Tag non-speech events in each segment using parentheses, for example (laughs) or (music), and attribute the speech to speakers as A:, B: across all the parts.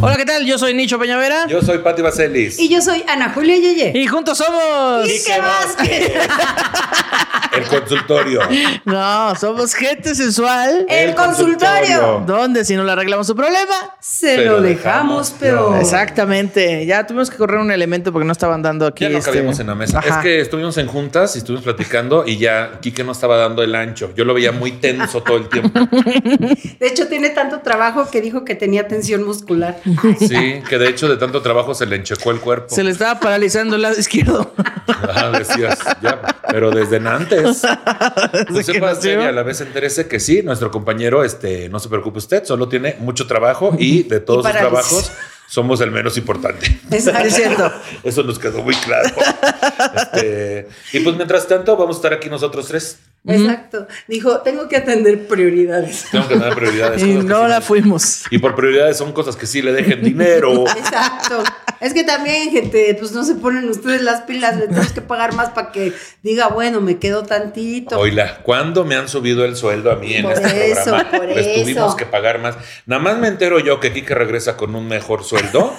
A: Hola, ¿qué tal? Yo soy Nicho Peñavera.
B: Yo soy Pati Vaselis.
C: Y yo soy Ana Julia Yeye.
A: Y juntos somos.
C: ¿Y qué más?
B: El consultorio.
A: No, somos gente sensual.
C: El, consultorio.
A: ¿Dónde? Si no le arreglamos su problema.
C: Se
B: Pero
C: lo dejamos,
B: dejamos,
C: pero.
A: Exactamente. Ya tuvimos que correr un elemento porque no estaban dando aquí.
B: Ya no
A: este-
B: cabíamos en la mesa.
A: Ajá.
B: Es que estuvimos en juntas y estuvimos platicando y ya Quique no estaba dando el ancho. Yo lo veía muy tenso todo el tiempo.
C: De hecho, tiene tanto trabajo que dijo que tenía tensión muscular.
B: Sí, que de hecho de tanto trabajo se le enchecó el cuerpo.
A: Se le estaba paralizando el lado
B: (laughs)
A: izquierdo.
B: Ah, decías, ya, pero desde antes. No
A: Desde que
B: sepa
A: nació.
B: ser y a la vez enterese que sí, nuestro compañero, este, no se preocupe usted, solo tiene mucho trabajo y de todos sus
C: parálisis.
B: trabajos somos el menos importante.
C: (laughs) Exacto.
A: Es cierto.
B: Eso nos quedó muy claro. Este, y pues mientras tanto, vamos a estar aquí nosotros tres.
C: Exacto. Dijo, tengo que atender prioridades.
B: Tengo que tener prioridades.
A: Y
B: cosas que
A: no
B: sí
A: la
B: me-
A: fuimos.
B: Y por prioridades son cosas que sí le
A: (laughs)
B: dejen dinero.
C: Exacto. Es que también, gente, pues no se ponen ustedes las pilas, le tenemos que pagar más para que diga, bueno, me quedo tantito.
B: Oila, ¿cuándo me han subido el sueldo a mí en
C: Por
B: este
C: eso,
B: programa?
C: por
B: Les
C: eso.
B: tuvimos que pagar más. Nada más me entero yo que Kike regresa con un
A: (laughs)
B: mejor sueldo.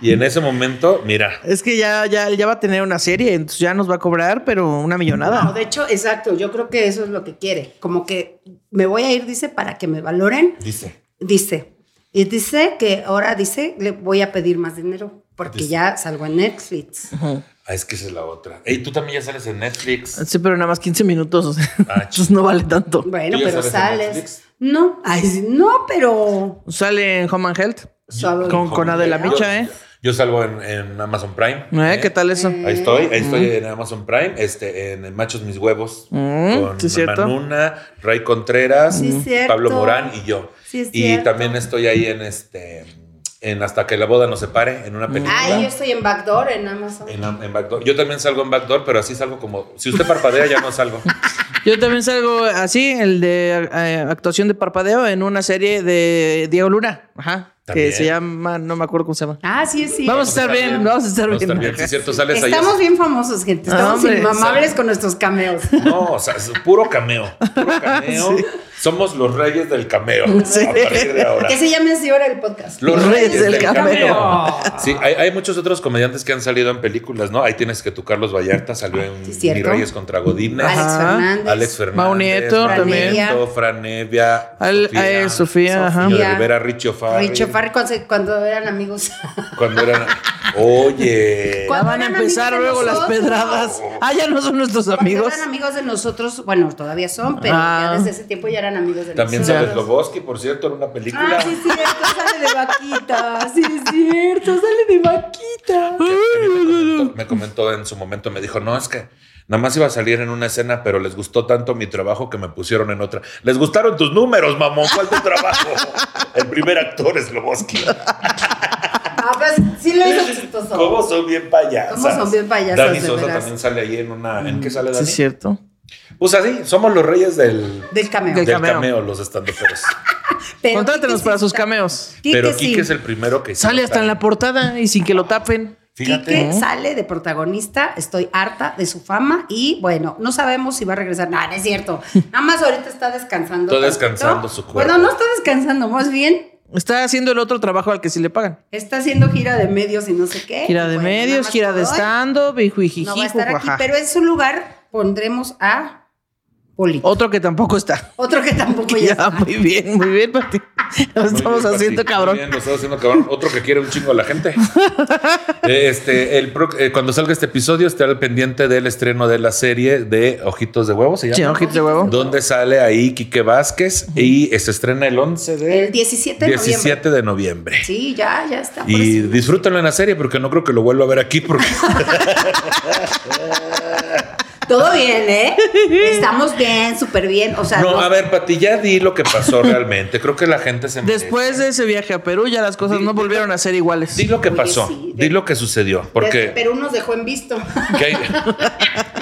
B: y en ese momento, mira,
A: Es que ya, ya, ya va a tener una serie, entonces ya nos va a cobrar, pero una
C: No,
A: millonada.
C: de hecho, exacto, yo creo que eso es lo que quiere. Como que me voy a ir, dice, para que me valoren
B: dice.
C: Dice. Y dice que ahora dice, le voy a pedir más dinero porque
B: Dice.
C: ya salgo
B: (laughs)
C: en Netflix.
B: Ah, es que esa es la otra. Ey, tú también ya sales en Netflix.
A: Sí, pero nada más 15 minutos. o sea,
B: Ah,
A: (laughs) entonces no vale tanto.
C: Bueno,
B: ¿Tú ya
C: pero
B: sales en
C: sales.
B: Netflix?
C: No, ay, sí, no, pero
A: Sale en Home and Health. Eh,
C: suave.
A: Con- con Adela
B: Yo-
A: Micha, ¿eh?
B: Yo salgo en, en Amazon Prime.
A: ¿Eh? ¿Qué tal eso?
B: Ahí estoy, ahí estoy en Amazon Prime, este, en Machos Mis Huevos,
A: Mm,
B: con
A: sí, es cierto.
B: Manuna, Ray Contreras,
C: Sí, es cierto.
B: Pablo Morán y yo.
C: Sí, es
B: y
C: cierto.
B: también estoy ahí en este, en Hasta que la boda nos separe, en una película.
C: Ay, yo estoy en Backdoor en Amazon.
B: en, en Backdoor. Yo también salgo en Backdoor, pero así salgo como, si usted parpadea ya no
A: (laughs)
B: salgo.
A: Yo también salgo así, el de eh, actuación de parpadeo en una serie de Diego Luna, ajá,
B: También.
A: que se llama, no me acuerdo cómo se llama.
C: Ah, sí, es cierto.
A: Vamos a estar bien, vamos a estar
B: No, está
A: bien.
B: bien, sí es cierto, sales ahí.
C: Estamos bien famosos, gente.
A: Ah,
C: Estamos
A: hombre,
C: inmamables con
B: (laughs)
C: nuestros cameos.
B: No, o sea, es puro cameo,
A: (laughs)
B: puro cameo. Somos los reyes del cameo a partir de ahora.
C: Que se llame así ahora el podcast.
B: Los Reyes, del, Cameo.
C: Cameo.
A: (laughs)
B: Sí, hay, hay muchos otros comediantes que han salido en películas, ¿no? Ahí tienes que tu Carlos Vallarta salió en
C: Sí,
B: Ni
C: es cierto.
B: Reyes contra Godínez.
C: Alex
A: Ajá.
C: Fernández.
B: Alex Fernández.
A: Mau Nieto
B: Mau
C: también.
B: Nieto, Fran Nevia.
A: Al- eh, Sofía, ajá.
B: Niño de
C: Sofía.
B: Rivera, Richo Farri.
C: Richo Farri cuando- cuando eran amigos. (laughs)
B: Cuando eran... Oye...
A: Ya
C: ¿Cuándo
A: van a
C: eran
A: empezar
C: amigos de
A: luego las
C: nosotros?
A: pedradas. Ah, ya no son nuestros
C: Porque
A: amigos.
C: eran amigos de nosotros, bueno, todavía son, pero
A: Ah.
C: ya desde ese tiempo ya eran amigos de
B: También
C: nosotros.
B: sale Sloboski, por cierto, en una película.
C: Ah, sí es cierto, sale de vaquita. Sí es cierto, sale de vaquita.
B: comentó- me comentó en su momento, me dijo, no, es que nada más iba a salir en una escena, pero les gustó tanto mi trabajo que me pusieron en otra. Les gustaron tus números, mamón, ¿cuál tu trabajo? (laughs) El primer actor es Loboski.
C: Ah, pues sí lo hizo chistoso.
B: ¿Cómo son bien payasas?
C: ¿Cómo son bien payasas,
B: Dani
C: de
B: Sosa
C: veras?
B: también sale ahí en una... ¿En qué sale
A: Mm, Sí,
B: Dani?
A: es cierto.
B: Pues así, somos los reyes del...
C: Del cameo.
B: Del
A: Del
B: cameo,
A: cameo.
B: los estandoperos.
C: Pero
A: Contrátenos
C: Quique
A: para
C: sí
A: sus
C: está-
A: cameos.
C: Quique
B: Pero
C: sí.
B: Kike es el primero que sí
A: Sale hasta en la
B: está.
A: portada y sin que lo tapen.
B: Fíjate.
C: Quique sale de protagonista, estoy harta de su fama y bueno, no sabemos si va a regresar. No, no es cierto. Nada más ahorita está descansando.
B: Está
C: tantito.
B: descansando su cuerpo.
C: Bueno, no está descansando, más bien
A: Está haciendo el otro trabajo al que sí le pagan.
C: Está haciendo gira de medios y no sé qué.
A: Gira de
C: Eh, Bueno, nada
A: medios,
C: más
A: gira de
C: por hoy
A: stand-up, y
C: No va a estar aquí, pero en su lugar pondremos a Poli.
A: Otro que tampoco está.
C: (laughs) Otro que tampoco ya
A: (laughs) Ya,
C: está.
A: muy bien, muy bien, Pati. Lo
B: Muy
A: estamos
B: bien,
A: haciendo
B: Pati.
A: cabrón.
B: Muy bien, lo estamos haciendo cabrón. Otro que quiere un chingo a la gente. Eh, este, el pro- eh, cuando salga este episodio, esté al pendiente del estreno de la serie de Ojitos de Huevo, ¿se llama?
A: Sí, ojitos de huevo.
B: Donde sale ahí Quique Vázquez y se estrena el 11 de
C: El 17 Este de
B: 17
C: noviembre.
B: de noviembre.
C: Sí, ya, ya está. por
B: Y
C: eso.
B: disfrútenlo en la serie porque no creo que lo vuelva a ver aquí porque
C: Todo bien, ¿eh? Estamos bien, súper bien. O sea,
B: no,
C: no-
B: a ver, Pati, ya di lo que pasó realmente. Creo que la gente se merece.
A: Después de ese viaje a Perú, ya las cosas no volvieron a ser iguales.
B: di lo que
C: Oye,
B: pasó,
C: sí, de-
B: di lo que sucedió,
C: desde
B: porque
C: Perú nos dejó en visto.
B: ¿qué hay?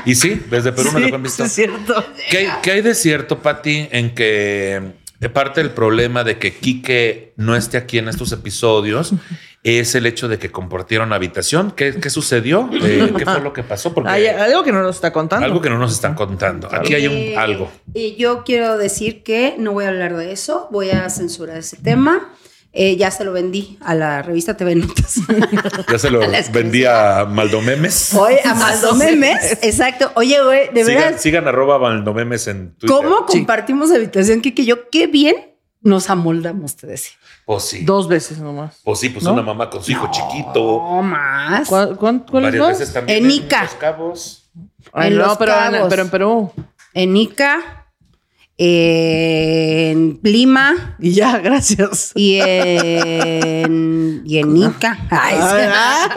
B: y sí, desde Perú me
A: Sí,
B: lo han visto.
A: Es cierto.
B: ¿Qué, hay- qué hay de cierto, Pati, en que de parte del problema de que Quique no esté aquí en estos episodios es el hecho de que compartieron habitación? ¿Qué, qué sucedió? Eh, ¿Qué fue lo que pasó? Porque
A: Hay algo que no nos está contando.
B: algo que no nos están contando. Aquí hay
C: Eh,
B: un algo.
C: Y yo quiero decir que no voy a hablar de eso, voy a censurar ese tema. Eh, ya se lo vendí a la revista TV Notas.
B: Ya (laughs) se lo
C: A la exclusiva.
B: vendí a Maldomemes.
C: Oye, a Maldo Memes. Exacto. Oye, güey, de
B: Sigan,
C: verdad,
B: sigan arroba Maldomemes en Twitter.
C: ¿cómo
A: Sí.
C: compartimos habitación, Kiki? y Yo, qué bien nos amoldamos, te decía.
B: Pues sí.
A: Dos veces nomás.
B: Pues sí, pues
A: ¿No?
B: una mamá con su hijo chiquito.
C: No más.
A: ¿Cuál, cuál, cuáles
B: Varias
A: dos?
B: veces también.
C: En Ica.
B: Los cabos.
A: Ay,
C: En
A: no,
C: Los
A: pero en,
C: Cabos.
A: pero en Perú.
C: En Ica, en Lima
A: Y ya, (laughs) gracias.
C: y en, y en Ica. Ay, sí.
B: A- a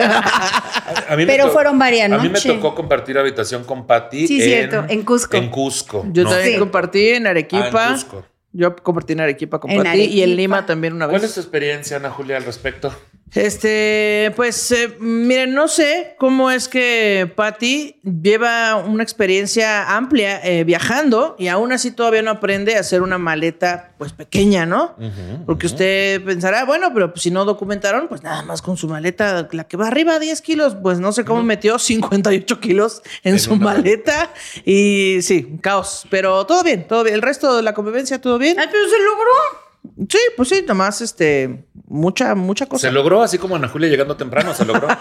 B: Ah, mí me
C: Pero
B: to-
C: fueron varias
B: A mí me
C: noches.
B: tocó compartir habitación con Patty.
C: Sí, cierto, en Cusco.
B: En Cusco.
A: Yo
B: No,
A: también
C: Sí.
A: compartí en
B: ah,
A: Arequipa.
B: en Cusco.
A: Yo compartí en Arequipa con
C: En
A: Pati y en
C: Arequipa.
A: Lima también una
B: ¿Cuál es
A: vez.
B: tu experiencia, Ana Julia, al respecto?
A: Este, pues, eh, miren, no sé cómo es que Patti lleva una experiencia amplia eh, viajando y aún así todavía no aprende a hacer una maleta, pues, pequeña, ¿no? Porque usted pensará, bueno, pero pues, si no documentaron, pues nada más con su maleta, la que va arriba, 10 kilos, pues no sé cómo metió 58 kilos en,
B: En
A: su
B: una
A: maleta. Y sí, un caos. Pero todo bien, todo bien. El resto de la convivencia, todo bien.
C: pero se logró.
A: Sí, pues sí, nomás este, mucha, mucha cosa.
B: Se logró, así como Ana Julia llegando temprano, se logró.
A: (laughs)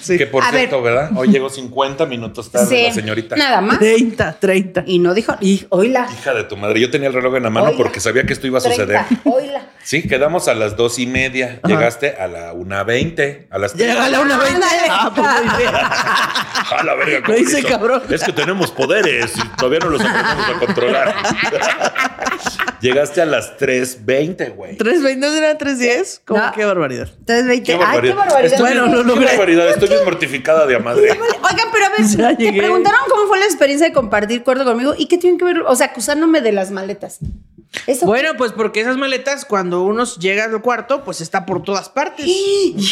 A: Sí.
B: Que por
C: A ver.
B: cierto, ¿verdad? Hoy llegó 50 minutos tarde
C: Sí.
B: la señorita.
C: Nada más.
A: 30, 30.
C: Y no dijo, y oíla.
B: Hija de tu madre, yo tenía el reloj en la mano
C: Oiga,
B: porque sabía que esto iba a suceder.
C: 30, Oíla.
B: Sí, quedamos a las dos y media. Llegaste a la una veinte, a las tres.
A: Llega a la una veinte. Ah, pues muy
C: (laughs)
A: bien.
B: A la verga,
A: Lo hice,
B: hizo?
A: cabrón.
B: Es que tenemos poderes y todavía no los aprendemos
A: (laughs)
B: a controlar. Llegaste a las 3.20, güey.
A: 320 era 310. Como
C: No.
A: qué barbaridad.
C: Entonces, 20.
B: Qué
C: Ay, qué
B: barbaridad.
C: barbaridad.
B: Estoy-
A: Bueno, no
B: qué
A: logré.
B: barbaridad. Estoy bien mortificada de a madre.
C: Oigan, pero a ver,
A: (laughs) Ya
C: te
A: llegué.
C: preguntaron cómo fue la experiencia de compartir cuarto conmigo y qué tienen que ver, o sea, acusándome de las maletas. Eso.
A: Bueno, pues porque esas maletas, cuando uno llega al cuarto, pues está por todas partes.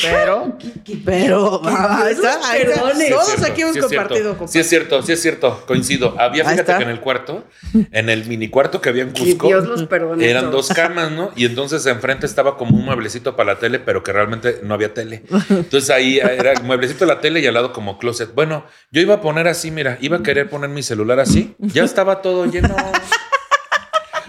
A: Pero, pero, ah, ahí está, ahí está.
C: Perdone.
B: Sí, es
A: todos
B: cierto,
A: aquí hemos
B: sí es cierto.
A: compartido. compa-
B: Sí, es cierto, sí es cierto. Coincido. Había,
A: Ahí
B: fíjate
A: está.
B: que en el cuarto, en el mini cuarto que había en Cusco,
C: Dios los perdone
B: eran
C: a
B: dos
C: todos.
B: camas, ¿no? Y entonces enfrente estaba como un mueblecito para la tele, pero que realmente no había tele. Entonces ahí era el mueblecito de la tele y al lado como closet. Bueno, yo iba a poner así, mira, iba a querer poner mi celular así. Ya estaba todo lleno.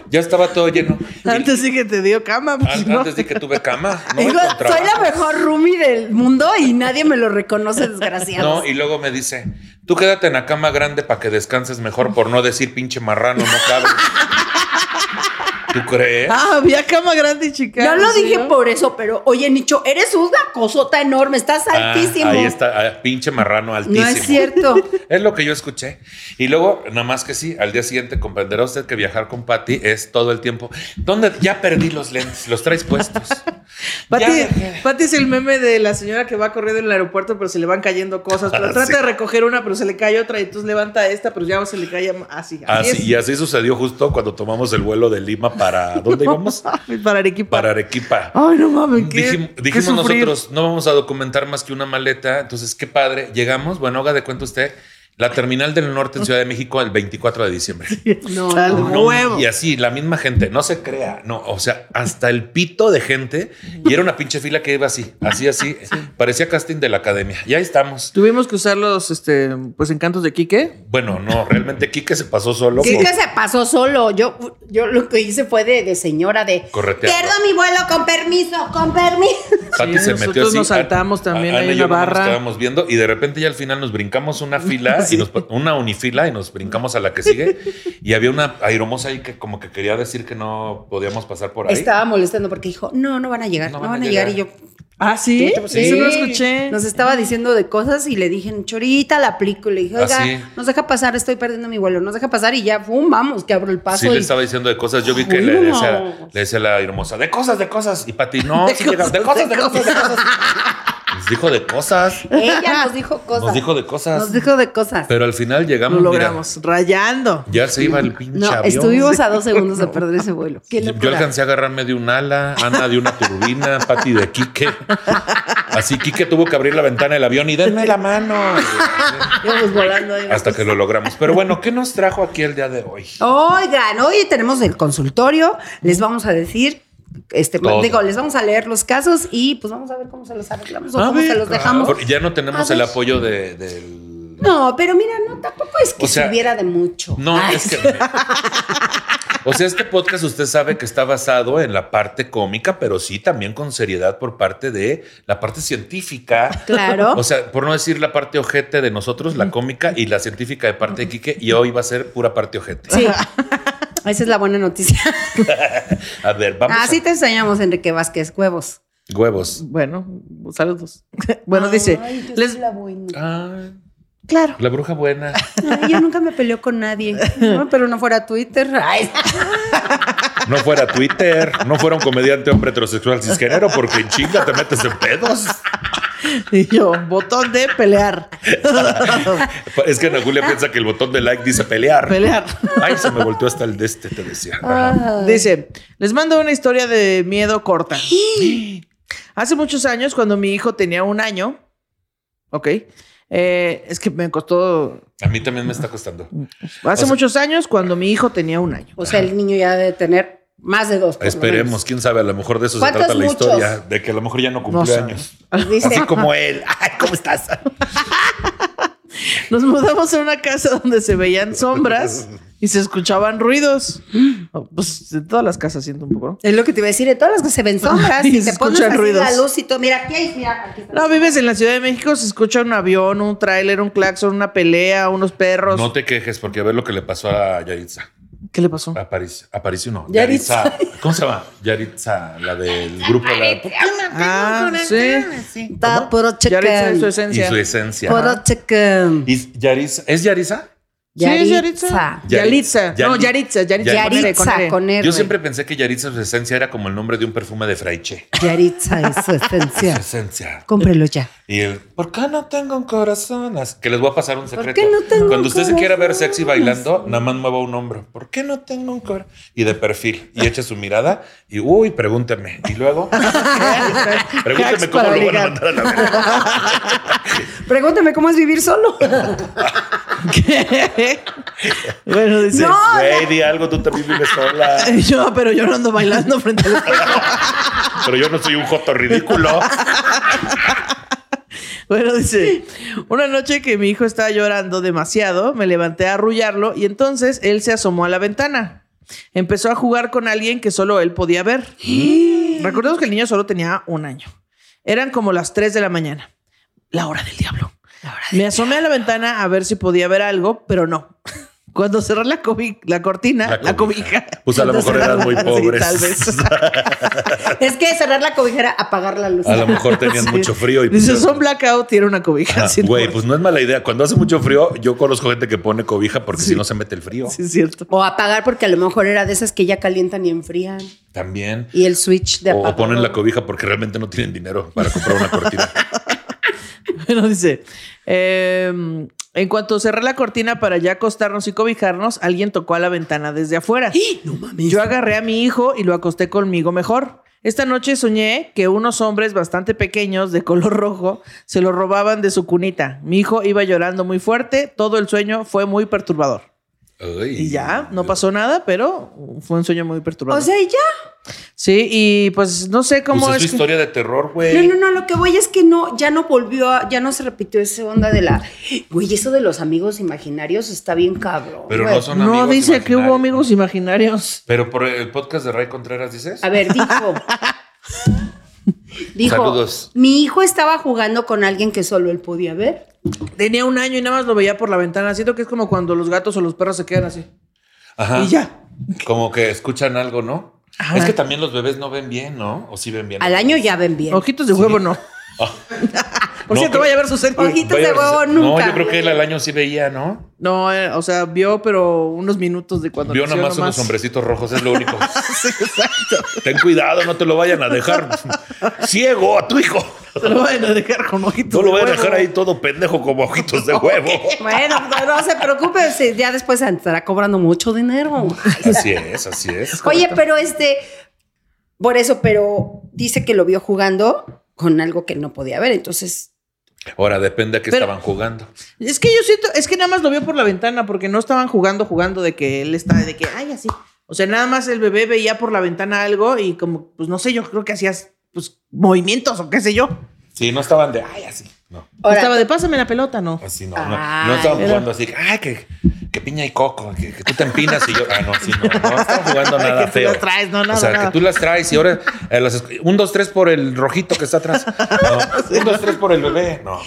B: Ya estaba todo lleno. Y
A: Antes sí que te dio cama. pues,
B: an-
A: ¿no?
B: Antes de que tuve cama. No
C: Digo,
B: Con
C: soy la
B: trabajo.
C: mejor roomie del mundo y nadie me lo reconoce, desgraciado.
B: No, y luego me dice, tú quédate en la cama grande para que descanses mejor, por no decir pinche marrano, no cabe. ¿Tú crees?
A: Ah, había cama grande y chica.
C: no lo
A: ¿sí,
C: dije
A: no?
C: por eso, pero oye, Nicho, eres una cosota enorme, estás
B: Ah,
C: altísimo.
B: ahí está, ah, pinche marrano altísimo.
C: No
B: (laughs)
C: es cierto.
B: Es lo que yo escuché. Y luego, nada más que sí, al día siguiente comprenderá usted que viajar con Patty es todo el tiempo. ¿Dónde? Ya perdí los lentes, los traes puestos.
A: Pati,
B: Ya-
A: Pati es el meme de la señora que va corriendo en el aeropuerto, pero se le van cayendo cosas. Pero
B: Ah,
A: trata
B: sí.
A: de recoger una, pero se le cae otra. Y entonces levanta esta, pero (laughs) ya se le cae así. Así,
B: Así,
A: es.
B: Ah, y así sucedió justo cuando tomamos el vuelo de
A: (laughs)
B: Lima para... ¿Dónde íbamos?
A: Ay, Para Arequipa.
B: Para Arequipa.
A: Ay, no mames. ¿qué,
B: Dijim-
A: qué
B: dijimos
A: sufrir.
B: nosotros, no vamos a documentar más que una maleta. Entonces, qué padre. Llegamos, bueno, haga de cuenta usted, la terminal del norte en Ciudad de México el 24 de diciembre.
C: No,
A: Al
C: no.
B: No,
A: huevo.
B: Y así, la misma gente, no se crea, no, o sea, hasta el pito de gente y era una pinche fila que iba así, así, así. Parecía casting de la academia. Y ahí estamos.
A: Tuvimos que usar los este, pues, encantos de Quique.
B: Bueno, no, realmente Quique se pasó solo.
C: Sí
B: por-
C: que se pasó solo. Yo, yo lo que hice fue de, de señora de
B: Correteando.
C: pierdo mi vuelo con permiso, con permiso.
B: Pati
A: Sí,
B: se
A: nosotros
B: metió así.
A: nos saltamos también,
B: Ana
A: hay
B: y yo
A: una
B: nomás nos
A: barra. (laughs)
B: quedamos viendo y de repente ya al final nos brincamos una fila y nos, una unifila y nos brincamos a la que sigue. y había una aeromosa ahí que como que quería decir que no podíamos pasar por ahí.
C: Estaba molestando porque dijo, no, no van a llegar, no, van, a llegar. Y yo, pues,
A: Ah, sí.
C: Sí.
A: Eso no lo escuché.
C: Nos estaba diciendo de cosas y le dije, chorita, la aplico. Y le dije, oiga,
B: Ah, sí.
C: nos deja pasar, estoy perdiendo mi vuelo, nos deja pasar y ya, pum, vamos, que abro el paso.
B: Sí,
C: y-
B: le estaba diciendo de cosas. Yo vi que le
C: Ay,
B: decía,
C: no.
B: le decía a la hermosa, de cosas, de cosas. Y Pati,
C: (laughs)
B: no, sí llegamos, de cosas, de cosas, de cosas. Nos dijo de cosas.
C: Ella nos dijo cosas.
B: Nos dijo de cosas.
C: Nos dijo de cosas.
B: Pero al final
A: Lo
B: llegamos. mira,
A: logramos. Rayando.
B: ya se iba el pinche
C: no,
B: avión.
C: estuvimos a dos segundos de perder ese vuelo. Qué
B: Yo- Yo
C: locura.
B: alcancé a agarrarme de un ala, Ana de una turbina, Pati de Quique. Así Quique tuvo que abrir la ventana del avión y denme la mano.
C: Íbamos volando ahí.
B: Hasta que lo logramos. Pero bueno, ¿qué nos trajo aquí el día de hoy?
C: Oigan, hoy tenemos el consultorio, les vamos a decir, este,
B: Todo.
C: digo, les vamos a leer los casos y pues vamos a ver cómo se los arreglamos
B: A
C: o pues, cómo
B: ver,
C: se los dejamos.
B: Porque ya no tenemos
C: A
B: el
C: ver.
B: apoyo de- del.
C: No, pero mira, no, tampoco es que
B: O sea,
C: sirviera de mucho.
B: No,
C: Ay,
B: es que. O sea, este podcast usted sabe que está basado en la parte cómica, pero sí también con seriedad por parte de la parte científica.
C: Claro.
B: O sea, por no decir la parte ojete de nosotros, la cómica y la científica de parte de Quique, y hoy va a ser pura parte ojete.
C: Sí. Esa es la buena noticia.
B: A ver, vamos.
C: Así te enseñamos, Enrique Vázquez, huevos.
B: a- Huevos.
A: Bueno, saludos. (laughs) Bueno, dice.
C: Ay, yo soy
A: Les...
C: la buena.
B: Ah,
A: Claro.
B: la bruja buena.
C: Ay, yo nunca me peleo con nadie,
A: (laughs)
C: No, pero no fuera Twitter. Ay.
B: No fuera Twitter, no fuera un comediante hombre heterosexual cisgénero, porque en chinga te metes en pedos.
A: (laughs) Y yo, botón de pelear.
B: Es que Ana Julia piensa que el botón de like dice pelear.
A: (laughs) pelear.
B: Ay, se me volteó hasta el de este, te decía.
C: Ah.
A: Ah. Dice, les mando una historia de miedo (gasps) corta. Hace muchos años, cuando mi hijo tenía un año, ok, eh, es que me costó,
B: A mí también me está costando.
A: hace
B: sea-
A: muchos años, cuando mi hijo tenía un año.
C: O sea, el niño ya debe tener más de dos. por lo
B: Esperemos, quién sabe, a lo mejor de eso se
C: ¿Cuántos
B: trata la
C: muchos?
B: historia, de que a lo mejor ya no cumplió
A: No sé.
B: años.
C: menos. Dice,
B: Así como él. Ay, ¿cómo estás?
A: Nos mudamos a una casa donde se veían sombras y se escuchaban ruidos. Oh, Pues de todas las casas siento un poco, ¿no?
C: Es lo que te iba a decir, de todas las que se ven sombras
A: Y
C: y
A: se
C: te pones
A: escuchan
C: así
A: ruidos.
C: la luz y todo. Mira, aquí hay, mira, aquí está.
A: No, vives en la Ciudad de México, se escucha un avión, un tráiler, un claxon, una pelea, unos perros.
B: No te quejes, porque a ver lo que le pasó a Yaritza.
A: ¿Qué le pasó?
B: A París. A París no.
C: Yaritza.
B: Yaritza. ¿Cómo se llama? Yaritza, la del grupo. La,
A: Ah, sí.
C: está puro
A: Ya le hice su
C: chequen.
B: y
A: esencia.
B: su esencia.
C: Puro chequen.
B: Y Yaritza- ¿Es Yaritza?
A: Sí, es Yaritza.
C: Yaritza.
A: Yaritza.
B: Yali-
A: No, Yaritza. Yaritza.
B: Yaritza
A: con R, con R.
C: Yaritza con R.
B: Yo siempre pensé que Yaritza su esencia era como el nombre de un perfume de Fraiche.
C: Yaritza es
B: Su
C: su esencia.
B: esencia.
C: Cómprelo ya.
B: Y el, ¿por qué no tengo un corazón? Así Que les voy a pasar un secreto.
C: qué no tengo
B: Cuando usted se
C: corazón?
B: quiera ver sexy bailando, nada más mueva un hombro. ¿Por qué no tengo un corazón? Y de perfil. Y echa su mirada y, uy, pregúnteme. Y luego,
A: Hacks
B: pregúnteme cómo
A: para
B: lo van a
A: ligar.
B: mandar a la verga.
C: Pregúntame cómo es vivir solo.
A: (laughs) ¿Qué? bueno, dice.
C: No.
B: Güey, di algo, tú también vives
A: (laughs)
B: sola.
A: Yo, pero yo no ando bailando frente
B: (laughs)
A: al espejo.
B: Pero yo no soy un joto ridículo.
A: (laughs) Bueno, dice, una noche que mi hijo estaba llorando demasiado, me levanté a arrullarlo y entonces él se asomó a la ventana. Empezó a jugar con alguien que solo él podía (gasps) ver. Recordemos que el niño solo tenía un año. Eran como las 3 de la mañana, la hora del diablo. Me asomé a la ventana a ver si podía ver algo, pero no. (laughs) Cuando cerré la, cobi- la cortina, la, cobija.
B: Pues a lo mejor eran
A: (laughs)
B: muy
A: Sí,
B: pobres.
A: tal
B: (laughs)
A: vez.
C: (laughs) es que cerrar la cobija era apagar la luz.
B: A lo mejor tenían mucho frío. Y
A: Dice,
B: pusieron-
A: son blackout, tiene una cobija.
B: Ah,
A: sí, no.
B: Güey, pues no es mala idea. Cuando hace mucho frío, yo conozco gente que pone cobija porque si no se mete el frío.
A: Sí, es cierto.
C: O apagar porque a lo mejor era de esas que ya calientan y enfrían.
B: También.
C: Y el switch de
B: O- o,
C: apagar.
B: ponen la cobija porque realmente no tienen dinero para comprar una cortina.
A: (laughs) Bueno, dice, em, en cuanto cerré la cortina para ya acostarnos y cobijarnos, alguien tocó a la ventana desde
C: (gasps)
A: afuera. Yo agarré a mi hijo y lo acosté conmigo mejor. Esta noche soñé que unos hombres bastante pequeños de color rojo se lo robaban de su cunita. Mi hijo iba llorando muy fuerte, todo el sueño fue muy perturbador.
B: Ay.
A: Y ya, no pasó nada, pero fue un sueño muy perturbador.
C: O sea, y ya.
A: sí, y pues no sé
B: Pues
A: cómo
B: es su
A: es. que-
B: historia de terror, güey.
C: No, no, no, lo que voy es que no, ya no volvió, a- ya no se repitió esa onda de la. Güey, eso de los amigos imaginarios está bien cabrón.
B: Pero
C: güey.
B: no son amigos.
A: No dice que hubo
B: imaginarios.
A: amigos imaginarios.
B: (laughs) Pero por el podcast de Ray Contreras dices.
C: A ver, dijo. Dijo,
B: Saludos.
C: mi hijo estaba jugando con alguien que solo él podía ver.
A: Tenía un año y nada más lo veía por la ventana. Siento que es como cuando los gatos o los perros se quedan así.
B: Ajá.
A: Y ya.
B: Como que escuchan algo, ¿no?
A: Ajá.
B: Es que también los bebés no ven bien, ¿no? O sí ven bien.
C: Al año ya ven bien.
A: Ojitos de huevo
B: (laughs)
A: no. Por
B: No,
A: cierto,
B: pero-
A: vaya a ver su serie.
C: Ojitos
B: Vaya, pues,
C: de huevo
B: No,
C: nunca.
B: yo creo que él al año sí veía, ¿no?
A: No, eh, o sea, vio, pero unos minutos de cuando
B: Vio
A: nació
B: nada más unos hombrecitos rojos, es lo único.
A: Sí, (laughs) exacto.
B: Ten cuidado, no te lo vayan a dejar ciego a tu hijo.
A: Se lo vayan a dejar con ojitos
B: No
A: de
B: lo vayan a
A: huevo.
B: dejar ahí todo pendejo como
A: (laughs)
B: ojitos de huevo.
C: Bueno, pues, no, no se preocupe, si ya después estará cobrando mucho (laughs) dinero.
B: Así es, así es.
C: Oye, pero este, por eso, pero dice que lo vio jugando con algo que él no podía ver, entonces
B: Ahora depende a qué
A: Pero-
B: estaban jugando.
A: Es que yo siento, es que nada más lo vio por la ventana porque no estaban jugando, jugando de que él está, de que, ay, así. O sea, nada más el bebé veía por la ventana algo y como, pues no sé, yo creo que hacías, pues, movimientos o qué sé yo.
B: Sí, no estaban de, ay, así. No,
C: Ahora-
A: Estaba de, pásame la pelota, no.
B: así no.
C: Ay,
B: no, no estaban
A: pero-
B: jugando así, ay, que, que piña y coco, que, que tú te empinas y yo. Ah, no, sí, no. No estaban jugando
A: Ay,
B: nada
A: que tú
B: feo.
A: las traes, no,
B: o
A: nada,
B: sea,
A: nada.
B: que tú las traes y ahora eh, las esc- un, dos, tres por el rojito que está atrás. No, un, dos, tres por el bebé. No.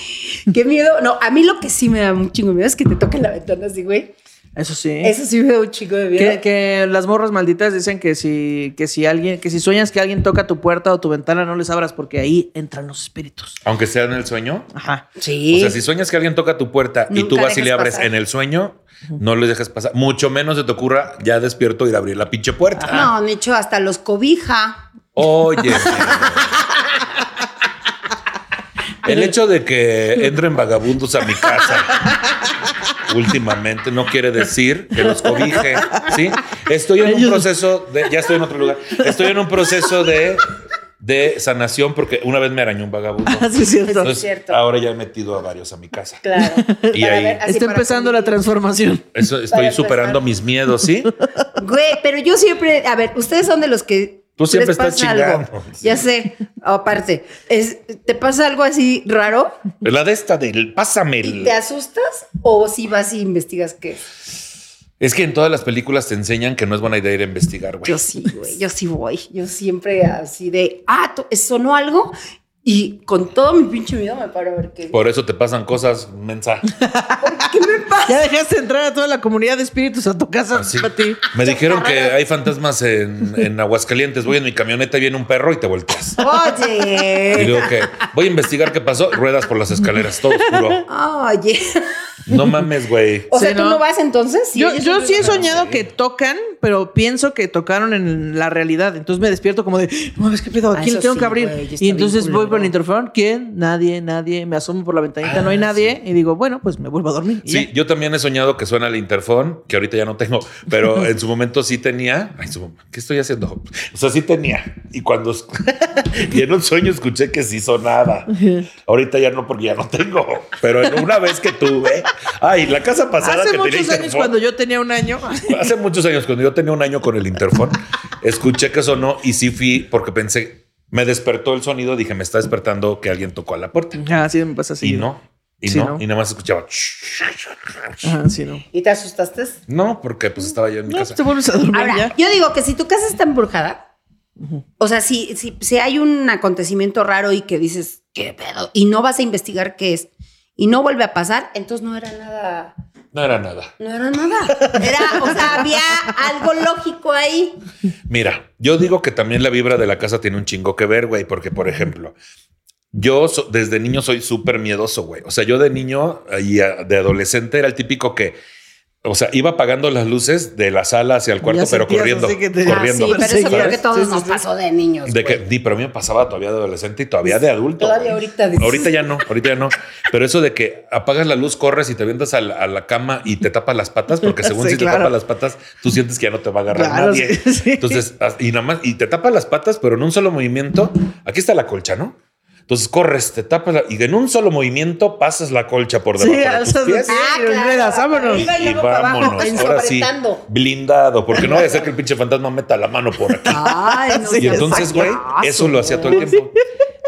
C: qué miedo. No, a mí lo que sí me da un chingo de miedo es que te toquen la ventana así, güey.
A: Eso sí.
C: Eso sí me da un chingo de miedo.
A: Que, que las morras malditas dicen que si, que si alguien, que si sueñas que alguien toca tu puerta o tu ventana, no les abras porque ahí entran los espíritus.
B: Aunque sea en el sueño.
A: Ajá.
C: Sí.
B: O sea, si sueñas que alguien toca tu puerta y tú
C: Nunca
B: vas y le
C: dejas
B: abres
C: pasar.
B: en el sueño, no lo dejes pasar. Mucho menos se te ocurra ya despierto ir a abrir la pinche puerta.
C: No, Nicho, hasta los cobija. (laughs)
B: Oye. El hecho de que entren vagabundos a mi casa últimamente no quiere decir que los cobije, ¿sí? Estoy en un proceso de... Ya estoy en otro lugar. Estoy en un proceso de, de sanación porque una vez me arañó un
A: (laughs)
B: vagabundo.
C: Ah,
A: Así es cierto.
B: Entonces,
C: cierto.
B: ahora ya he metido a varios a mi casa.
C: Claro.
B: (laughs) Y ahí-
C: así
A: Está
C: para
A: empezando la
C: convivir.
A: transformación.
B: Eso, estoy
C: empezar.
B: superando mis miedos,
C: (laughs)
B: ¿sí?
C: Güey, pero yo siempre, a ver, ustedes son de los que.
B: Tú siempre
C: les
B: estás
C: pasa
B: chingando.
C: Ya sé, aparte, es, ¿te pasa algo así raro?
B: La de esta del pásame
C: ¿Y
B: el...
C: te asustas? ¿O si vas y investigas qué?
B: Es que en todas las películas te enseñan que no es buena idea ir a investigar, güey.
C: Yo sí, güey, yo sí voy. Yo siempre así de, ah, to- sonó algo y con todo mi pinche miedo me paro a ver qué.
B: Por eso te pasan cosas mensa.
C: ¿Qué me pasa?
A: Ya dejaste entrar a toda la comunidad de espíritus a tu casa,
B: Así.
A: Pati.
C: (laughs)
B: Me dijeron que hay fantasmas en, en Aguascalientes. Voy en mi camioneta y viene un perro y te volteas. (laughs) Y
C: Oye.
B: digo que voy a investigar qué pasó. Ruedas por las escaleras, todo oscuro.
C: (laughs) Oye.
B: No mames, güey.
C: O
A: Sí,
C: sea, ¿tú
A: ¿no?
C: no vas entonces?
A: yo,
C: ellos
A: yo
C: siempre-
A: sí he
B: no,
A: soñado
B: sí.
A: que tocan, pero pienso que tocaron en la realidad. Entonces me despierto como de, mames, ¿qué pedo? ¿A
C: Ah,
A: quién
C: eso
A: le tengo
C: sí,
A: que abrir?
C: güey, ya está
A: y entonces
C: bien
A: voy
C: culero.
A: por el interfón. ¿Quién? Nadie, nadie. Me asomo por la ventanita, no hay nadie. Y digo, bueno, pues me vuelvo a dormir. Y
B: Sí,
A: ya.
B: yo también he soñado que suena el interfón, que ahorita ya no tengo,
A: (laughs)
B: pero en su momento sí tenía. Ay, su- ¿Qué estoy haciendo? O sea, sí tenía. Y cuando (laughs) y en un sueño escuché que sí
A: (laughs)
B: sonaba. Ahorita ya no, porque ya no tengo. Pero en una vez que tuve, ay, la casa pasada
A: Hace
B: que tenía
A: muchos años,
B: interfón.
A: cuando yo tenía un año,
B: Hace muchos años, cuando yo tenía un año con el interfón, escuché que sonó y sí fui porque pensé, me despertó el sonido, dije, me está despertando que alguien tocó a la puerta.
A: Ah, sí, me pasa así.
B: Y no, y
A: Sí,
B: no,
A: ¿no?
B: y nada más escuchaba.
A: Ajá, sí, no.
C: ¿Y te asustaste?
B: No, porque pues estaba yo en mi
A: No, pues
B: casa.
A: te vuelves a dormir
C: Ahora,
A: ya.
C: yo digo que si tu casa está embrujada, o sea, si, si, si hay un acontecimiento raro y que dices, ¿qué pedo? Y no vas a investigar qué es, y no vuelve a pasar, entonces no era nada,
B: No era nada.
C: no era nada. Era, o sea, había algo lógico ahí.
B: Mira, yo digo que también la vibra de la casa tiene un chingo que ver, güey, porque por ejemplo, yo so- desde niño soy súper miedoso, güey. O sea, yo de niño y a- de adolescente era el típico que, o sea, iba apagando las luces de la sala hacia el cuarto,
A: Ya
B: pero
A: sentías
B: corriendo,
A: así que te-
B: corriendo.
C: Ah, sí, pero eso
A: ¿sabes?
C: creo que todos
A: Sí, sí,
C: nos
A: sí.
C: pasó de niños.
B: De que,
C: güey.
B: di, pero a mí me pasaba todavía de adolescente y todavía de adulto.
C: Todavía
B: güey.
C: ahorita dices.
B: Ahorita ya no, ahorita ya no. Pero eso de que apagas la luz, corres y te avientas a la, a la cama y te tapas las patas, porque según
A: Sí,
B: si
A: claro.
B: te tapas las patas, tú sientes que ya no te va a agarrar
A: Claro,
B: nadie.
A: sí, sí.
B: Entonces, as- y nada más, y te tapas las patas, pero en un solo movimiento. Aquí está la colcha, ¿no? Entonces corres, te tapas la- y en un solo movimiento pasas la colcha por
A: Sí,
B: debajo de tus
A: alzas los
B: pies.
A: pies
C: "Ah,
A: y los enredas, vámonos.
C: Arriba y
B: Y
C: luego para abajo,
B: vámonos, ahora sí,
C: ensopretando.
B: blindado, porque no vaya a ser que el pinche fantasma meta la mano por aquí.
C: Ay, no
A: (laughs)
B: Y
C: seas
B: entonces, güey,
C: payaso,
B: eso lo hacía todo el tiempo.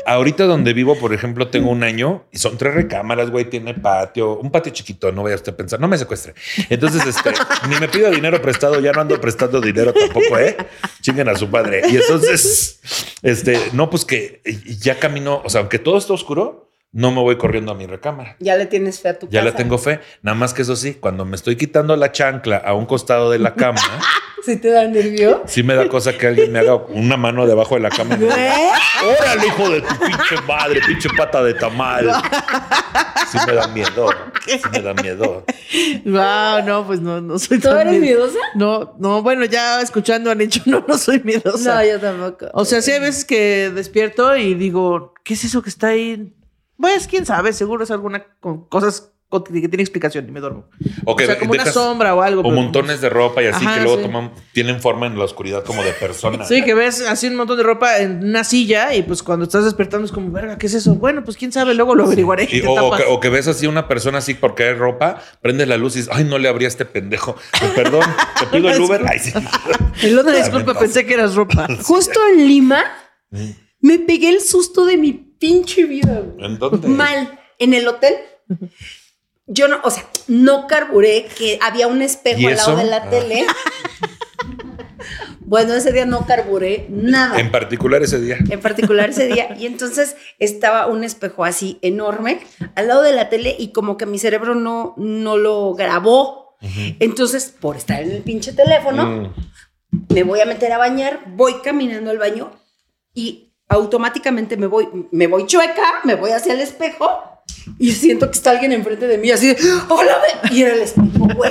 B: ahorita donde vivo, por ejemplo, tengo un año y son tres recámaras, güey, tiene patio, un patio chiquito, no vaya usted a pensar, no me secuestre. Entonces, este, ni me pido dinero prestado, ya no ando prestando dinero tampoco, ¿eh? Chinguen a su padre. Y entonces, este, no, pues que ya camino, o sea, aunque todo está oscuro, no me voy corriendo a mi recámara.
C: Ya le tienes fe a tu
B: Ya le
C: casa.
B: tengo fe. Nada más que eso sí, cuando me estoy quitando la chancla a un costado de la cama,
C: Si te da nervio.
B: sí me da cosa que alguien me haga una mano debajo de la cama. y me
C: (laughs)
B: diga,
C: ¿Eh?
B: Órale, hijo de tu pinche madre, pinche pata de tamal. Sí me da miedo. Sí me da miedo.
A: Wow, no, pues no, no soy
C: ¿Tú
A: tan
C: eres
A: miedo-
C: miedosa?
A: No, no, bueno, ya escuchando han hecho, (laughs) no, no soy miedosa.
C: No, yo tampoco.
A: O sea, sí hay veces que despierto y digo, ¿qué es eso que está ahí? Pues quién sabe, seguro es alguna con cosas con- que tiene explicación y me duermo.
B: Ok,
A: o sea, como una
B: dejas-
A: sombra o algo.
B: O
A: pero-
B: montones de ropa y así
A: Ajá,
B: que luego
A: sí.
B: toman, tienen forma en la oscuridad como de persona.
A: Sí, que ves así un montón de ropa en una silla y pues cuando estás despertando es como, verga, ¿qué es eso? Bueno, pues quién sabe, luego lo averiguaré. y
B: Y-
A: te
B: o, o
A: tapas.
B: que, o que ves así una persona así porque hay ropa, prendes la luz y dices, ay, no le abrí a este pendejo. Pues, Perdón, te pido
A: (laughs)
B: el Uber. Ay, sí.
A: El otro, disculpa,
B: También pasa.
A: pensé que eras
B: (laughs)
A: ropa.
C: Justo en Lima, me pegué el susto de mi pinche vida.
B: (laughs)
C: güey.
B: ¿En dónde?
C: Mal. En el hotel. Yo no, o sea, no carburé que había un
B: ¿Y
C: espejo al lado
B: eso?
C: de la
B: Ah.
C: tele. Bueno, ese día no carburé nada.
B: En particular ese día.
C: en particular ese día. Y entonces estaba un espejo así enorme al lado de la tele y como que mi cerebro no, no lo grabó. Entonces, por estar en el pinche teléfono,
B: Mm.
C: me voy a meter a bañar, voy caminando al baño y automáticamente me voy, me voy chueca, me voy hacia el espejo y siento que está alguien enfrente de mí así de, ¡Hola! ve-". Y era el espejo, güey.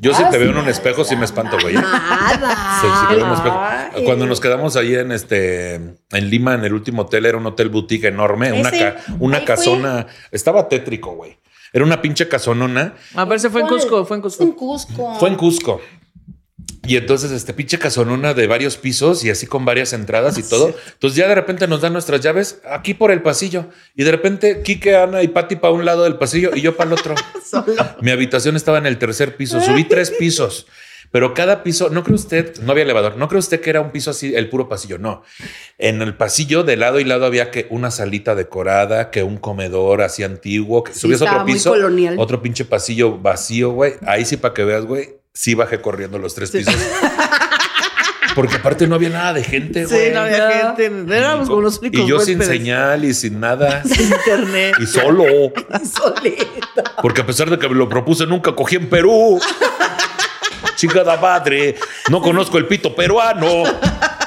B: Yo si
C: Ah,
B: te veo en
C: sí,
B: un
C: madre,
B: espejo, sí me espanto, güey.
C: Nada.
B: Sí, sí, pero no espejo.
C: Ay.
B: Cuando nos quedamos ahí en este en Lima, en el último hotel, era un hotel boutique enorme, una,
C: Ese,
B: ca- una
C: ahí
B: casona. Estaba tétrico, güey. Era una pinche casonona.
A: A ver, se fue en
C: ¿Cuál?
A: Cusco, fue en Cusco.
C: En Cusco.
B: Fue en Cusco. Y entonces, este pinche casonona de varios pisos y así con varias entradas y
C: Ah,
B: todo. Entonces, ya de repente nos dan nuestras llaves aquí por el pasillo. Y de repente, Quique, Ana y Pati para un lado del pasillo y yo para el otro.
A: (laughs)
B: Mi habitación estaba en el tercer piso. Subí tres pisos. Pero cada piso, no cree usted, no había elevador, no cree usted que era un piso así, el puro pasillo, no. En el pasillo de lado y lado había que una salita decorada, que un comedor así antiguo, que
C: Sí,
B: subías
C: estaba
B: otro
C: muy
B: piso,
C: colonial. (laughs)
B: otro pinche pasillo vacío, güey. Ahí sí para que veas, güey, sí bajé corriendo los tres pisos. Porque aparte no había nada de gente,
A: Sí,
B: güey.
A: no había gente. Éramos como los únicos
B: y yo sin
A: huéspedes.
B: señal y
A: (laughs)
B: sin nada.
A: Sin (laughs) internet.
B: Y solo.
C: Solita.
B: Porque a pesar de que me lo propuse, nunca cogí en Perú. Chingada madre, no conozco el pito peruano.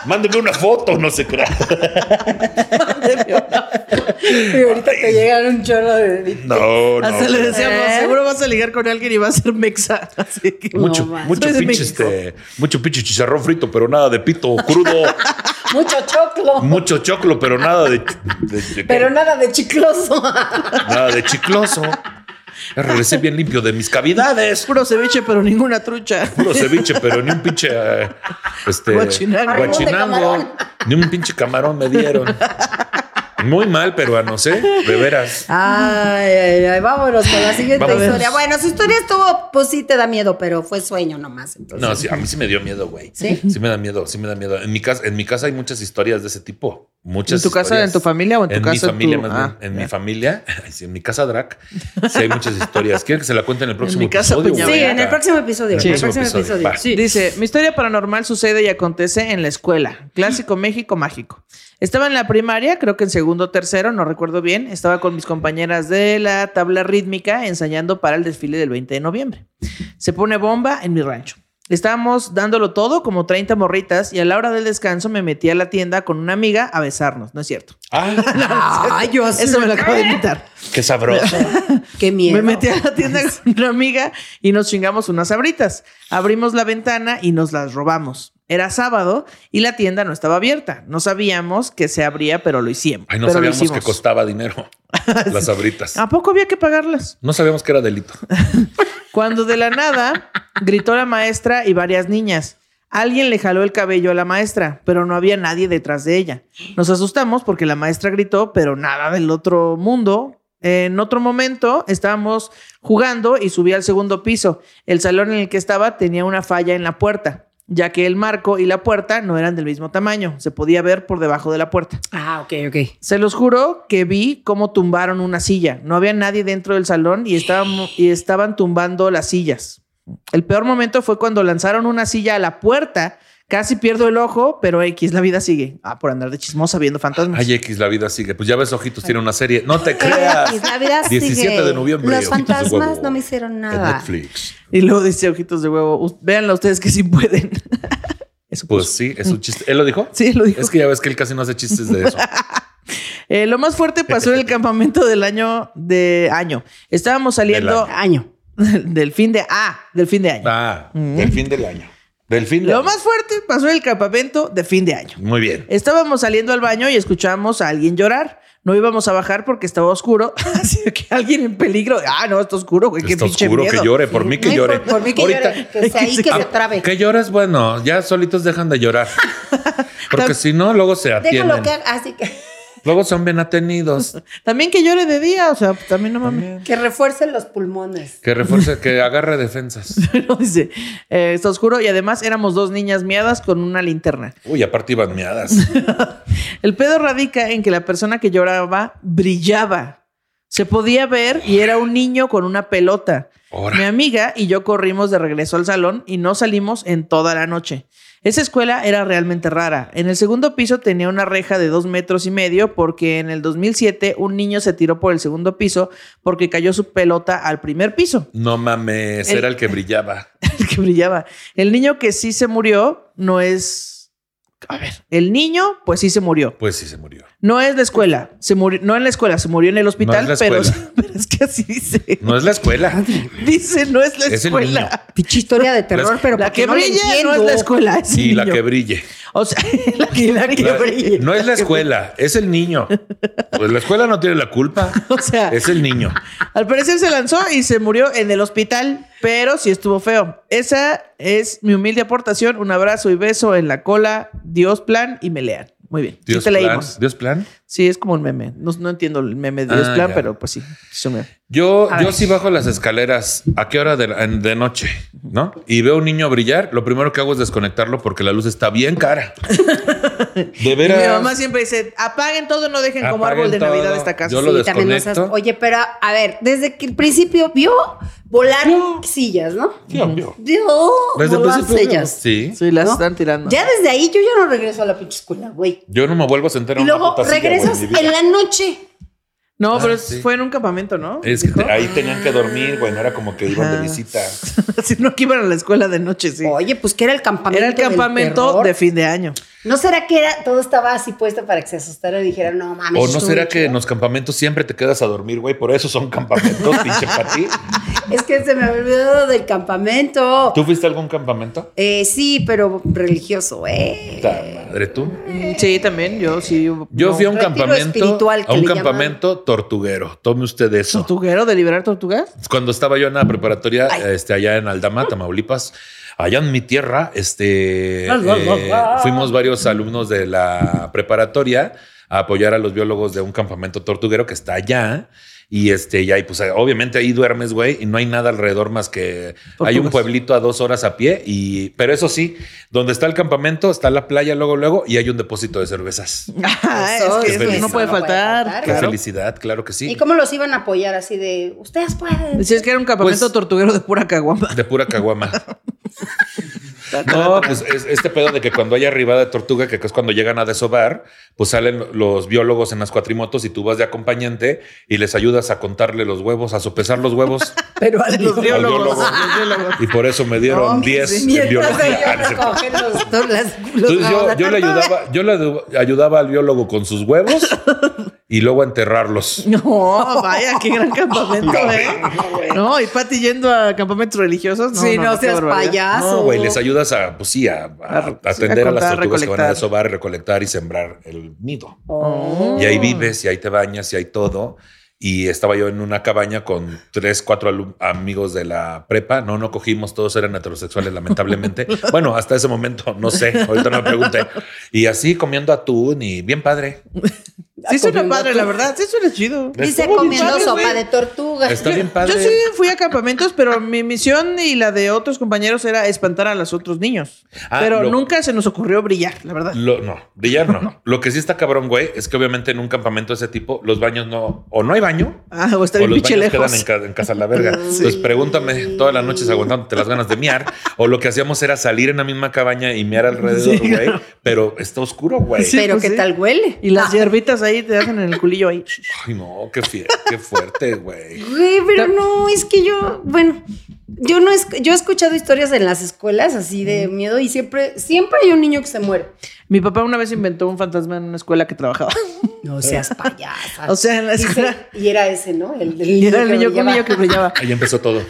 B: Mándeme una foto, no sé qué.
C: Y ahorita te llegan un chorro de.
B: No, no.
A: Hasta le decíamos,
C: ¿Eh?
A: seguro vas a ligar con alguien y va a ser mexa. (laughs) Así que
B: Mucho,
C: No, man.
B: mucho
A: Soy de
B: pinche
A: México.
B: este, mucho pinche chicharrón frito, pero nada de pito crudo.
C: Mucho choclo.
B: mucho choclo, pero nada de, de- de-
C: pero nada de chicloso.
B: nada de chicloso. Ya Regresé bien limpio de mis
A: Dades,
B: cavidades.
A: puro ceviche, pero ninguna trucha.
B: Puro ceviche, pero ni un pinche eh, este,
A: Guachinango.
C: Carbón de
B: guachinango. Ni un pinche camarón me dieron. Muy mal, peruanos, ¿eh? De veras.
C: Ay, ay, ay, vámonos con la siguiente
B: Vamos.
C: historia. Bueno, su historia estuvo, pues sí te da miedo, pero fue sueño nomás. Entonces.
B: No, sí, a mí sí me dio miedo, güey.
C: ¿Sí?
B: Sí me da miedo, sí me da miedo. En mi casa, en mi casa hay muchas historias de ese tipo. Muchas.
A: ¿En tu casa,
B: historias.
A: en tu familia o en tu casa,
B: Mi
A: en
B: familia,
A: tu-
B: más
A: Ah,
B: bien. En
A: ya.
B: mi familia, (laughs) ay, sí, en mi casa Drac, sí hay muchas historias. ¿Quieren que se la cuente en el próximo
A: mi casa, pues,
B: episodio?
A: Peña
C: Sí,
B: güey?
C: en el próximo episodio.
B: Sí.
C: En el próximo
B: Próximo
C: episodio.
B: episodio, va.
C: Sí. (laughs)
A: Dice, mi historia paranormal sucede y acontece en la escuela. Clásico México mágico. Estaba en la primaria, creo que en segundo o tercero, no recuerdo bien. Estaba con mis compañeras de la tabla rítmica ensayando para el desfile del 20 de noviembre. Se pone bomba en mi rancho. Estábamos dándolo todo, como 30 morritas, y a la hora del descanso me metí a la tienda con una amiga a besarnos, ¿no es cierto?
B: Ah,
C: Ay, yo así.
A: Eso me lo acabo de inventar. (laughs)
B: qué sabroso.
C: Qué miedo.
A: Me metí a la tienda con una amiga y nos chingamos unas abritas. Abrimos la ventana y nos las robamos. Era sábado y la tienda no estaba abierta. No sabíamos que se abría, pero lo hicimos.
B: Ay, no
A: pero lo
B: sabíamos que
A: hicimos. (laughs) Ah,
B: costaba dinero las abritas.
A: ¿A poco había que pagarlas?
B: No sabíamos que era delito.
A: Cuando de la nada gritó la maestra y varias niñas. Alguien le jaló el cabello a la maestra, pero no había nadie detrás de ella. Nos asustamos porque la maestra gritó, pero nada del otro mundo. En otro momento estábamos jugando y subí al segundo piso. El salón en el que estaba tenía una falla en la puerta. ya que el marco y la puerta no eran del mismo tamaño, se podía ver por debajo de la puerta.
C: Ah, ok, ok.
A: Se los juro que vi cómo tumbaron una silla. No había nadie dentro del salón y estaban, y estaban tumbando las sillas. El peor momento fue cuando lanzaron una silla a la puerta. Casi pierdo el ojo, pero X, la vida sigue. Ah, por andar de chismosa viendo fantasmas.
B: Ay, X, la vida sigue. Pues ya ves, Ojitos tiene una serie. No te creas.
C: La vida
B: 17
C: sigue.
B: de noviembre,
C: Los
B: ojitos de
C: fantasmas
B: huevo.
C: no me hicieron
B: En
C: nada.
B: Netflix.
A: Y luego dice ojitos de huevo. "Us- Véanla ustedes que sí pueden. (laughs) Eso
B: Pues
A: puso.
B: sí, es un chiste. ¿Él lo dijo?
A: Sí, lo dijo.
B: Es que ya ves que él casi no hace chistes de eso.
A: Eh, lo más fuerte pasó
B: (laughs)
A: en el campamento del año de año. Estábamos saliendo
C: Año.
A: (laughs) del fin de ah, del fin de año.
B: Ah, del fin del año. Del fin del
A: Lo
B: año.
A: más Eh, fuerte pasó en el campamento de fin de año.
B: Muy bien.
A: Estábamos saliendo al baño y escuchamos a alguien llorar. No íbamos a bajar porque estaba oscuro. (laughs) Así que alguien en peligro. Ah, no, está oscuro, güey. Qué
B: Está
A: pinche
B: oscuro
A: miedo.
B: que llore, por mí que
C: Ay,
B: llore.
C: Por, por mí que
B: Ahorita-
C: llore. Que sea ahí que se trabe.
B: Que llores, bueno, ya solitos dejan de llorar. Porque si no, luego se
C: Déjalo
B: atienden.
C: que haga, así que,
B: Luego son bien
A: (laughs)
B: atenidos.
A: También que llore de día, o sea, también no mames.
C: que refuercen los pulmones.
B: Que refuerce, que agarre defensas.
A: (laughs) Pero dice, eh, está oscuro y además éramos dos niñas miadas con una linterna.
B: Uy, aparte iban meadas.
A: El pedo radica en que la persona que lloraba brillaba. Se podía ver y era un niño con una pelota.
B: Ahora.
A: Mi amiga y yo corrimos de regreso al salón y no salimos en toda la noche. Esa escuela era realmente rara. En el segundo piso tenía una reja de dos metros y medio porque en el 2007 un niño se tiró por el segundo piso porque cayó su pelota al primer piso (laughs)
B: No mames,
A: El-
B: era el que brillaba.
A: el que brillaba. El niño que sí se murió no es. A ver, el niño, pues sí se murió.
B: Pues sí, se murió.
A: No es la escuela, se murió, no en la escuela, se murió en el hospital,
B: No es la
A: pero,
B: escuela.
A: (laughs) pero es que así dice.
B: No es la escuela.
A: Dice, no es la
B: Es el niño.
A: escuela.
C: Pichi historia de terror,
B: Las-
C: pero
A: La
C: porque
A: que
C: no la
A: brilla no
C: entiendo.
A: es la escuela, es el
B: Sí, la
A: niño.
B: que brille.
A: O sea, (laughs) la que, la que
B: La-
A: brille.
B: no es la escuela, es el niño. Pues la escuela no tiene la culpa.
A: O sea,
B: Es el niño.
A: al parecer se lanzó y se murió en el hospital, pero sí estuvo feo. Esa es mi humilde aportación. Un abrazo y beso en la cola. Dios plan y me lean. Muy bien. Sí
B: Dios
A: te
B: plan.
A: leímos.
B: Dios plan.
A: Sí, es como un meme. No, no entiendo el meme de Dios
B: Ah,
A: plan,
B: ya.
A: pero pues sí, es un meme.
B: Yo, yo sí bajo las escaleras a qué hora de, la- en- de noche, ¿no? Y veo un niño brillar, lo primero que hago es desconectarlo porque la luz está
A: (laughs)
B: bien cara. De
A: Y
B: veras.
A: Mi mamá siempre dice, apaguen todo, no dejen como
B: Apaguen
A: árbol de
B: todo.
A: Navidad esta casa.
B: Yo lo
C: Y también nos has-
B: desconecto.
C: Oye, pero a ver, desde que el principio vio volar sillas, ¿no?
B: Sí, obvio.
C: Vio
B: Desde el
C: volar
B: principio,
C: sillas.
B: Sí.
A: Sí, las
C: ¿no?
A: están tirando.
C: Ya desde ahí yo ya no regreso a la pinche escuela, güey.
B: Yo no me vuelvo a sentar en
C: Y
B: una
C: luego
B: puta silla, güey,
C: regresas
B: en mi vida.
C: en la noche.
A: No, pero es-
B: Ah, sí.
A: fue en un campamento, ¿no?
B: Es que
A: Dijo.
B: te- ahí tenían que dormir, güey, no era como que iban de
A: Ajá.
B: visita.
A: (laughs) si no, que iban a la escuela de noche, sí.
C: Oye, pues que era el campamento.
A: Era el
C: del
A: campamento
C: terror.
A: de fin de año.
C: ¿No será que era, todo estaba así puesto para que se asustara y dijera, no mames?
B: O no
C: estuvo
B: será
C: bien
B: que en
C: chido"?
B: los campamentos siempre te quedas a dormir, güey, por eso son campamentos,
C: (laughs)
B: pinche pati.
C: (laughs) Es que se me había olvidado del campamento.
B: ¿Tú fuiste a algún campamento?
C: Eh, sí, pero religioso, ¿eh?
B: Ta madre, tú.
A: Sí, también yo sí. hubo-
B: Yo
A: no.
B: fui a un
C: retiro
B: campamento,
C: espiritual que
B: a un
C: le llaman.
B: campamento tortuguero. Tome usted eso.
A: ¿Tortuguero de liberar (laughs) tortugas?
B: Cuando estaba yo en la preparatoria,
C: Ay.
B: este, allá en Aldama, Tamaulipas, allá en mi tierra, este,
C: Al- al-
B: eh,
C: al-
B: fuimos varios alumnos de la preparatoria a apoyar a los biólogos de un campamento tortuguero que está allá. Y este, ya, y pues eh, obviamente ahí duermes, güey, y no hay nada alrededor más que hay un
A: Tortugas.
B: pueblito a dos horas a pie. Y, pero eso sí, donde está el campamento, está la playa luego, luego, y hay un depósito de cervezas.
C: Eso,
A: Ah, es que eso
B: eso, eso
A: no puede
C: no puede
A: faltar.
C: faltar.
B: Qué
A: claro.
B: felicidad, claro que sí.
C: ¿Y cómo los iban a apoyar así de, ustedes pueden?
A: Decías que era un campamento
B: Pues-
A: tortuguero de pura caguama.
B: De pura caguama. (laughs) No, pues es- este pedo de que cuando hay arribada de tortuga, que es cuando llegan a desovar, pues salen los biólogos en las cuatrimotos y tú vas de acompañante y les ayudas a contarle los huevos, a sopesar los Ah, huevos.
A: Pero a los biólogos.
B: Al biólogo.
A: los biólogos.
B: (laughs) Y por eso me dieron 10 en
C: Mientras
B: biología. Ah, (laughs) no
C: ellos
B: es
A: (laughs)
B: cierto.
C: recogen los, los,
B: Entonces yo, yo le ayudaba, yo le adu- ayudaba al biólogo con sus huevos y luego a enterrarlos.
A: No, vaya, qué gran campamento, ¿eh? No, y Pati yendo a campamentos
C: (laughs)
A: religiosos. No,
C: Sí, no
A: qué
C: seas
A: barbaridad.
C: payaso.
B: No, güey, les ayudas a, pues sí, a, a
A: A re- sí,
B: atender
A: a
B: a, las
A: contar,
B: tortugas que van
A: recolectar.
B: a desovar, recolectar y sembrar el nido.
C: Oh.
B: Y ahí vives y ahí te bañas y ahí todo. Y estaba yo en una cabaña con tres, cuatro alum- amigos de la prepa. No, no cogimos, todos eran heterosexuales, lamentablemente. (laughs) bueno, hasta ese momento, no sé, ahorita no me pregunté. Y así comiendo atún y bien padre.
A: Sí suena
C: comiendo
A: padre, la
C: tor-
A: verdad. Sí suena chido.
C: Dice
B: Estuvo bien
C: comiendo
A: padre,
C: sopa
A: güey.
C: de tortuga.
B: Está bien padre.
A: Yo sí fui a campamentos, pero mi misión y la de otros compañeros era espantar a los otros niños.
B: Ah,
A: pero
B: lo-
A: nunca se nos ocurrió brillar, la verdad.
B: Lo- no, brillar (laughs) no. Lo que sí está cabrón, güey, es que obviamente en un campamento de ese tipo, los baños no, o no hay baño,
A: Ah, o está
B: o
A: bien
B: los
A: pinche
B: baños quedan en,
A: lejos.
B: ca- en casa de
A: (laughs)
B: la verga. Entonces pregúntame todas las noches aguantándote las ganas de miar, o lo que hacíamos era salir en la misma cabaña y miar alrededor,
A: Sí.
B: güey, pero está oscuro, güey.
A: Sí,
C: pero
A: pues
C: qué
A: sí.
C: tal huele.
A: Y las
C: Ah,
A: hierbitas ahí te hacen en el culillo ahí.
B: Ay, no, qué, fie- qué fuerte, güey.
C: Güey, pero no, es que yo, bueno, yo no es, yo he escuchado historias en las escuelas así de miedo y siempre, siempre hay un niño que se muere.
A: Mi papá una vez inventó un fantasma en una escuela que trabajaba.
C: No seas
A: (laughs)
C: payasa.
A: O sea, en la
C: Y se-
A: escuela.
C: Y, era ese, ¿no? El del
A: Y
C: niño
A: era el
C: que
A: niño, un
C: brillaba.
A: niño que brillaba.
B: Ahí empezó todo.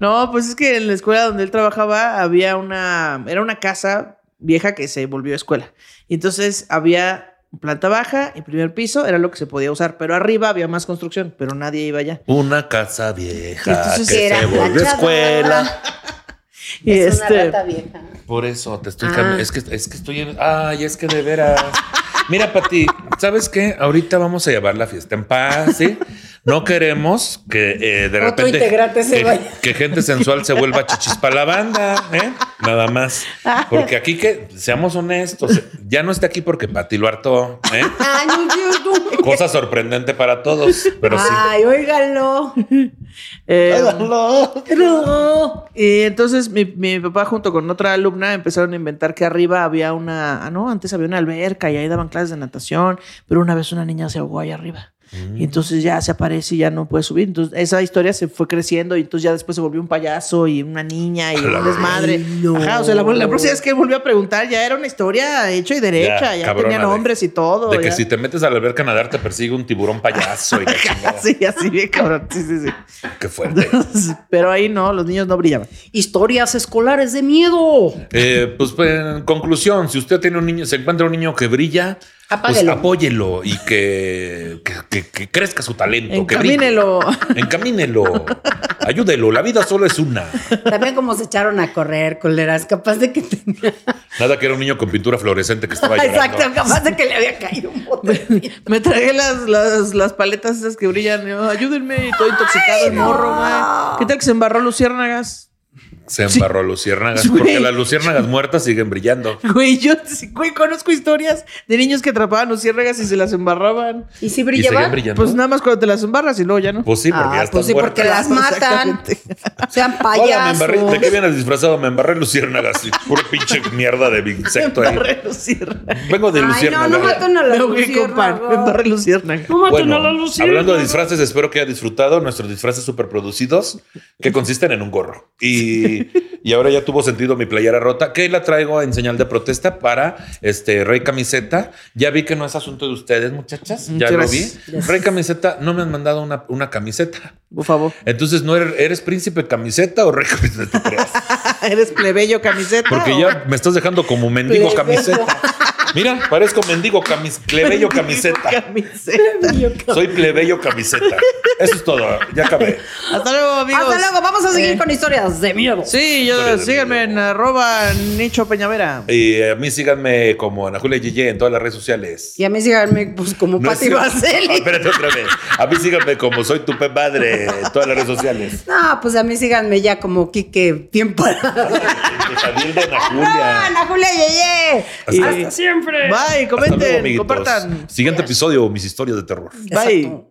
A: No, pues es que en la escuela donde él trabajaba había una, era una casa vieja que se volvió escuela. Y entonces había planta baja y primer piso era lo que se podía usar, pero arriba había más construcción, pero nadie iba allá.
B: Una casa
C: Ah,
B: vieja
A: Entonces,
B: que
C: era
B: se volvió
C: planchadora.
B: escuela.
A: Y
C: es una
A: este,
C: rata vieja.
B: Por eso te estoy
C: Ah.
B: cambiando. Es que, es que estoy en. Ay, es que de veras. Mira, Pati, ¿sabes qué? Ahorita vamos a llevar la fiesta en paz, ¿sí? No queremos que eh, de
C: Otro
B: repente.
C: integrante se
B: que,
C: vaya.
B: que gente sensual se vuelva chichis para la banda, ¿eh? Nada más.
C: Ah.
B: Porque aquí que, seamos honestos, ya no está aquí porque Pati lo hartó, ¿eh?
C: Ay, Ah, no, Dios, no.
A: (laughs)
B: Cosa sorprendente para todos, pero sí.
C: Ay, óigalo.
A: eh, y entonces mi, mi papá junto con otra alumna empezaron a inventar que arriba había una, ah, no, antes había una alberca y ahí daban clases de natación, pero una vez una niña se ahogó ahí arriba.
B: Mm.
A: Y entonces ya se aparece y ya no puede subir. Entonces esa historia se fue creciendo y entonces ya después se volvió un payaso y una niña y
B: A la
A: un desmadre.
C: vez. No.
A: Ajá, o sea, la, la próxima vez que volvió a preguntar ya era una historia hecha y derecha, ya,
B: cabrona,
A: tenía
B: de-
A: nombres y todo.
B: De que
A: ya. (laughs)
B: si te metes a la alberca a nadar te persigue un tiburón payaso
C: (laughs)
B: y la chingada.
A: Así, así, bien cabrón. Sí, sí, sí.
B: Qué fuerte.
A: Pero ahí no, los niños no brillaban.
C: Historias escolares de miedo.
B: Eh, pues, pues, en conclusión, si usted tiene un niño, se encuentra un niño que brilla,
C: Apáguelo.
B: pues apóyelo y que, que- que- que crezca su talento.
A: Encamínelo. (laughs)
B: Que brille. Encamínelo. Ayúdelo. La vida solo es una.
C: También como se echaron a correr, coleras, capaz de que (laughs) tenía.
B: Nada que era un niño con pintura fluorescente que estaba llorando.
C: Exacto, capaz de que le había caído un bote.
B: (laughs)
A: Me tragué las, las, las paletas esas que brillan. Yo, ayúdenme, estoy intoxicado el morro, güey. ¿Qué tal que se embarró luciérnagas? (laughs)
B: Se embarró luciérnagas
A: Sí.
B: porque las luciérnagas muertas siguen brillando.
A: Güey, yo sí, güey, conozco historias de niños que atrapaban luciérnagas y se las embarraban.
C: ¿Y si
B: Y siguen
C: brillaba?
B: brillando.
A: Pues nada más cuando te las embarras y luego ya no.
B: Pues sí, porque ya
C: ah,
B: están
C: pues sí, porque
B: muertas.
C: las matan. Sean
B: Hola, me
C: payasos.
B: embarré. ¿De qué vienes disfrazado? Me embarré luciérnagas. y Pura pinche mierda de insecto
C: (laughs)
B: ahí.
A: Embarré luciérnagas.
B: Vengo de
C: Ay, no,
B: luciérnagas.
C: no matan a la
A: Me ahogué con pan. Me
C: luciérnaga.
A: embarré luciérnagas.
C: No matan
B: Bueno,
C: a la luciérnaga.
B: hablando de disfraces, espero que haya disfrutado nuestros disfraces superproducidos que consisten en un gorro. Y, y ahora ya tuvo sentido mi playera rota, que la traigo en señal de protesta para este Rey Camiseta. Ya vi que no es asunto de ustedes, muchachas. Ya
A: Muchas
B: lo vi.
A: gracias.
B: Rey Camiseta, no me han mandado una, una camiseta.
A: Por favor.
B: (laughs)
A: (laughs)
B: Entonces, ¿no eres, eres príncipe camiseta o rey camiseta? ¿Tú crees?
A: ¿Eres plebeyo camiseta?
B: Porque
A: o-
B: ya me estás dejando como mendigo
C: Plebeyo.
B: camiseta. Mira, parezco mendigo camis, plebeyo camiseta.
A: Camiseta.
B: (laughs) Soy plebeyo camiseta. Eso es todo. Ya acabé.
A: (laughs) Hasta luego, amigos. Eh.
C: Hasta luego, vamos a seguir con historias de miedo.
A: Sí, yo,
B: Historias de
A: síganme
B: miedo.
A: en arroba Nicho Peñavera.
B: Y a mí síganme como Ana Julia Yeye en todas las redes sociales.
C: Y a mí síganme pues, como
B: No es
C: Pati
B: cierto. Ah,
C: Vaseli.
B: Espérate otra vez. A mí síganme como soy tu pe madre en todas las redes sociales.
C: No, pues a mí síganme ya como Quique
B: (laughs)
C: Tiempo.
B: Javier de Ana Julia.
C: Ana Julia Yeye.
B: Hasta-
A: Y-
B: hasta
C: siempre.
A: Bye,
B: luego,
A: comenten,
B: amiguitos.
A: compartan.
B: Siguiente episodio, mis historias de terror.
A: Bye.
C: Exacto.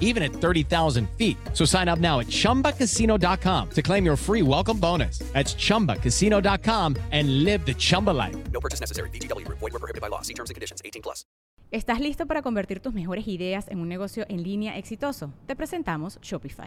D: even at 30,000 feet. So sign up now at chumbacasino.com to claim your free welcome bonus. That's chumbacasino.com and live the Chumba life.
E: No purchase necessary. VGW Group. Void were prohibited by law. See terms and conditions. 18 plus.
F: ¿Estás listo para convertir tus mejores ideas en un negocio en línea exitoso? Te presentamos Shopify.